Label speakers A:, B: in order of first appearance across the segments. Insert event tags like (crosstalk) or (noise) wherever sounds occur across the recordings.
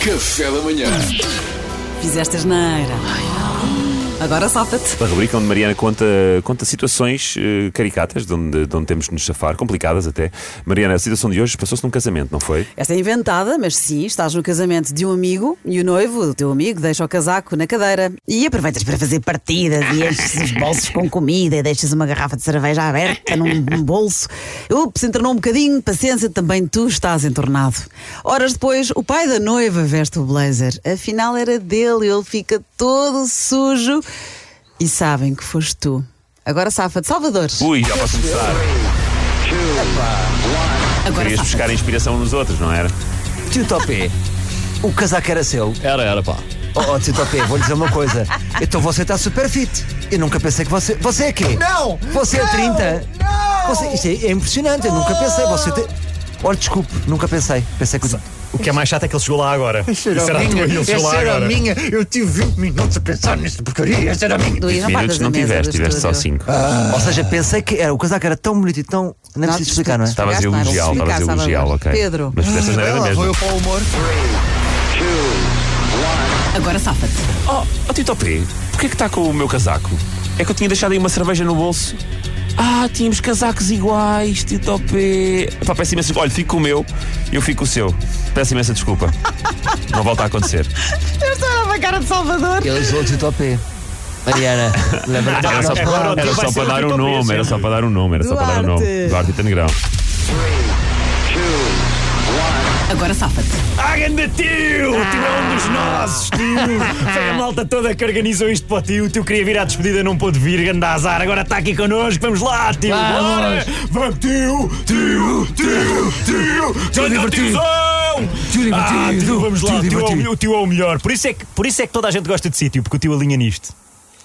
A: Café da manhã.
B: Fizeste asneira. Agora safa-te.
C: A rubrica onde Mariana conta, conta situações eh, caricatas, de onde, de onde temos de nos safar, complicadas até. Mariana, a situação de hoje passou-se num casamento, não foi?
B: Esta é inventada, mas sim, estás no casamento de um amigo e o noivo do teu amigo deixa o casaco na cadeira e aproveitas para fazer partidas e enches os bolsos com comida e deixas uma garrafa de cerveja aberta num bolso. Ups, entornou um bocadinho, paciência, também tu estás entornado. Horas depois, o pai da noiva veste o blazer. Afinal era dele, ele fica todo sujo e sabem que foste tu. Agora safa-te, Salvador.
C: Ui, já posso começar.
B: Agora
C: Querias buscar inspiração nos outros, não era?
D: Tio Topé, o casaco era seu.
E: Era, era, pá.
D: Oh, oh, tio Topé, vou lhe dizer uma coisa. Então você está super fit. Eu nunca pensei que você. Você é quê? Não! Você é 30? Não! Você... Isto é, é impressionante, eu nunca pensei. Você tem. Olha, desculpe, nunca pensei. Pensei que.
E: O que é mais chato é que ele chegou lá agora. Isso era a tua e
D: é
E: ele chegou lá agora.
D: Eu tive 20 minutos a pensar nisso porcaria. Essa era a minha. Ah.
B: Luís, não partas
C: Minutos
B: da
C: não
B: mesa do
C: tiveste, tiveste só
B: estúdio.
C: cinco.
D: Ou seja, pensei que era. O casaco era tão bonito e tão. Nem preciso explicar, não é?
C: Estavas a
B: Gastar,
C: elogiá-lo,
B: explicar,
C: estavas a
B: Salvador.
C: elogiá-lo, ok.
B: Pedro.
C: Mas fizeste asneira mesmo.
E: para o humor.
B: Agora safa-te.
C: Oh, oh Tito P, porquê é que está com o meu casaco? É que eu tinha deixado aí uma cerveja no bolso. Ah, tínhamos casacos iguais, Tito P. Pá, peço imensa Olha, fico com o meu, eu fico com o seu. Peço imensa desculpa. Não volta a
D: (laughs)
C: acontecer.
B: Eu estou a olhar a cara de Salvador.
D: Ele usou o tio Topé. Mariana, lembra-te
C: Era só,
D: da palavra.
C: era só para dar um nome, era só para dar um nome, era só para dar um nome.
B: Duarte.
C: Duarte Tanegrão.
B: Agora safa-te.
E: Ah,
D: É
E: ganda tio! Tio é um dos nossos, tio! (laughs) Foi a malta toda que organizou isto para o tio. O tio queria vir à despedida, não pôde vir, ganda azar. Agora está aqui connosco, vamos lá, tio!
D: Vamos.
E: Bora! Vamos, tio! Tio! Tio! Tio! Tio divertido! Tio divertido! Ah, tio, vamos lá, o tio é o melhor- o tio é o melhor. Por isso é que, por isso é que toda a gente gosta de si, tio, porque o tio alinha nisto.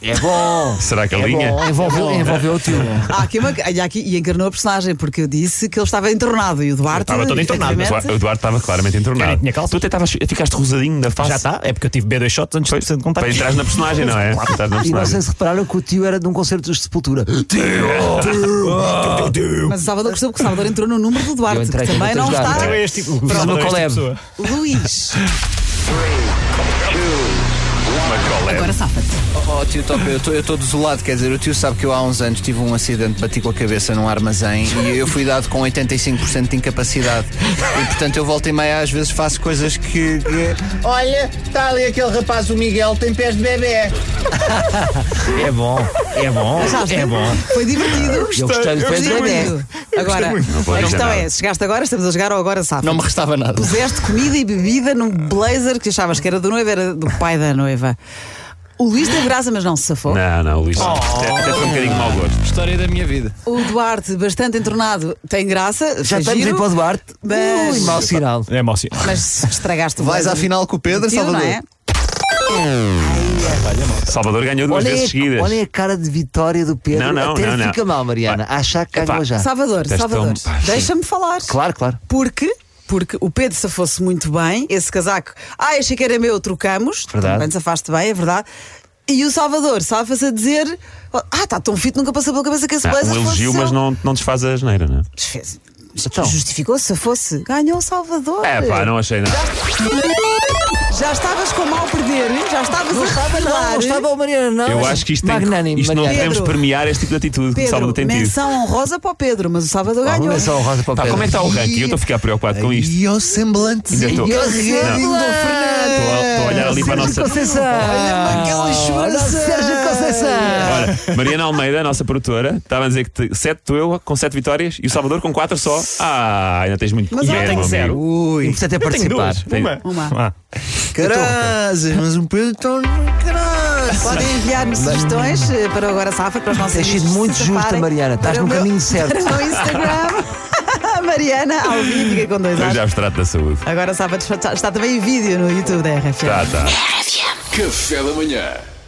D: É bom.
C: Ah. Será que a linha?
D: É Bom, envolveu, envolveu o tio.
B: Há aqui uma, olha aqui, e encarnou a personagem, porque eu disse que ele estava entornado e o Duarte.
C: Estava todo entornado, mas
B: efetivamente,
C: o Duarte estava claramente
E: Eu
C: entornado.
E: nem tinha calça.
C: Tu até estavas, ficaste rosadinho da face.
E: Já está, é porque eu tive B2 shots antes de de contar.
C: Para entrar
E: (laughs)
C: na personagem, não é? Para entrar na
D: E não
C: personagem.
D: sei se repararam que o tio era de um concerto de sepultura.
B: Mas o Salvador percebeu que o Salvador entrou no número do
D: Eu
B: Duarte,
D: entrei
B: que
D: com
B: também
D: muitas
B: não está.
D: garras.
E: Eu é este tipo,
D: Fiz uma
E: Salvador é este
D: collab.
E: tipo de pessoa.
B: Luís,
C: Uma coleta.
B: safa-te.
F: Oh, tio Top, eu tô- eu estou desolado, quer dizer, o tio sabe que eu há uns anos tive um acidente, bati com a cabeça num armazém e eu fui dado com 85% de incapacidade. E portanto eu volto e meia às vezes faço coisas que. que- Olha, está ali aquele rapaz, o Miguel, tem pés de bebê.
D: É bom, é bom,
B: né?
D: é bom.
B: Foi divertido.
D: Eu gostei do
B: Foi
D: Pedro
B: divertido. Agora,
C: Não vou
B: a
C: dizer
B: questão
C: nada.
B: é: chegaste agora, estamos a jogar ou agora safa?
F: Não me restava nada.
B: Puseste comida e bebida num blazer que achavas que era do noivo, era do pai da noiva. O Luís teve graça, mas não se safou.
C: Não, não, Luís.
D: Oh.
C: Até até foi um bocadinho de mau gosto.
F: História da minha vida.
B: O Duarte, bastante entornado, tem graça.
D: Já
B: foi
D: estamos
B: giro,
D: em pós Duarte.
B: Mas-
D: Ui, mau sinal.
E: É mau sinal.
B: Mas estragaste o
F: Vais à
B: blazer.
F: final com o Pedro,
B: Tiro,
F: Salvador?
B: não é?
C: Salvador ganhou duas
D: Olhem
C: vezes
D: a,
C: seguidas.
D: olhem a cara de vitória do Pedro.
C: Não, não,
D: Até
C: não, não.
D: fica mal, Mariana. A achar que ganhou
C: Epá,
F: Ah.
D: já.
B: Salvador,
C: Estás
B: Salvador,
C: tão- pá, sim.
B: deixa-me falar.
D: Claro, claro.
B: Porque, porque o Pedro se fosse muito bem, esse casaco, ah, achei que era meu, trocamos.
D: Verdade.
B: Também safaste bem, é verdade. E o Salvador safa-se a dizer: Ah, está tão fito, nunca passou pela cabeça que esse
C: Ah,
B: blazer
C: um elogio,
B: fosse
C: mas
B: seu."
C: não, não desfaz a asneira, não é?
B: Desfez.
D: Então.
B: Justificou-se se fosse. Ganhou o Salvador.
C: É pá, não achei nada.
B: Já estavas com mal a perder, já estavas a revelar.
D: Não, estava o Mariana, não.
C: Eu acho que isto, tem que-
D: Magnânimo,
C: isto não
D: Mariana.
C: podemos
B: Pedro.
C: premiar este tipo de atitude que o Salvador
B: Pedro,
C: tem tido.
B: menção honrosa para o Pedro, mas o Salvador
D: Pá,
B: ganhou.
D: é só o rosa para o
C: Pá,
D: Pedro.
C: como é que está o ranking? Eu estou a ficar preocupado com isto.
F: E é o semblante.
C: Ainda estou.
D: Eu
C: Não.
D: lindo, Fernando.
C: Estou a estou a olhar ali para a
D: Sérgio
C: nossa.
D: Conceição. Olha-me aquela choração. Sérgio Conceição.
C: Ora, Mariana Almeida, a nossa produtora, estava a dizer que te- sete tu eu com sete vitórias e o Salvador com quatro só. Ah, ainda tens muito
B: Mas ela
C: dinheiro,
B: tem
C: meu
E: zero.
C: amigo.
D: Ui. Importante é
E: Tenho
D: participar.
E: duas.
C: Tem-
E: Uma.
B: Uma.
E: Ah.
F: Carazes, mas um Pedro tão. Carazes.
B: Podem enviar-nos sugestões eh, para o Agora Safa, para os nossos
D: Tens sido
B: amigos
D: muito
B: se
D: justa,
B: safarem,
D: Mariana. Estás
B: para
D: no
B: o meu- (laughs)
D: caminho certo.
B: Para o meu Instagram, Mariana Alvim, fica com dois anos.
C: Então
D: é.
C: já abstrato da saúde.
B: Agora Safa está, está também em vídeo no YouTube da RFM.
C: Tá, tá.
A: Café da manhã.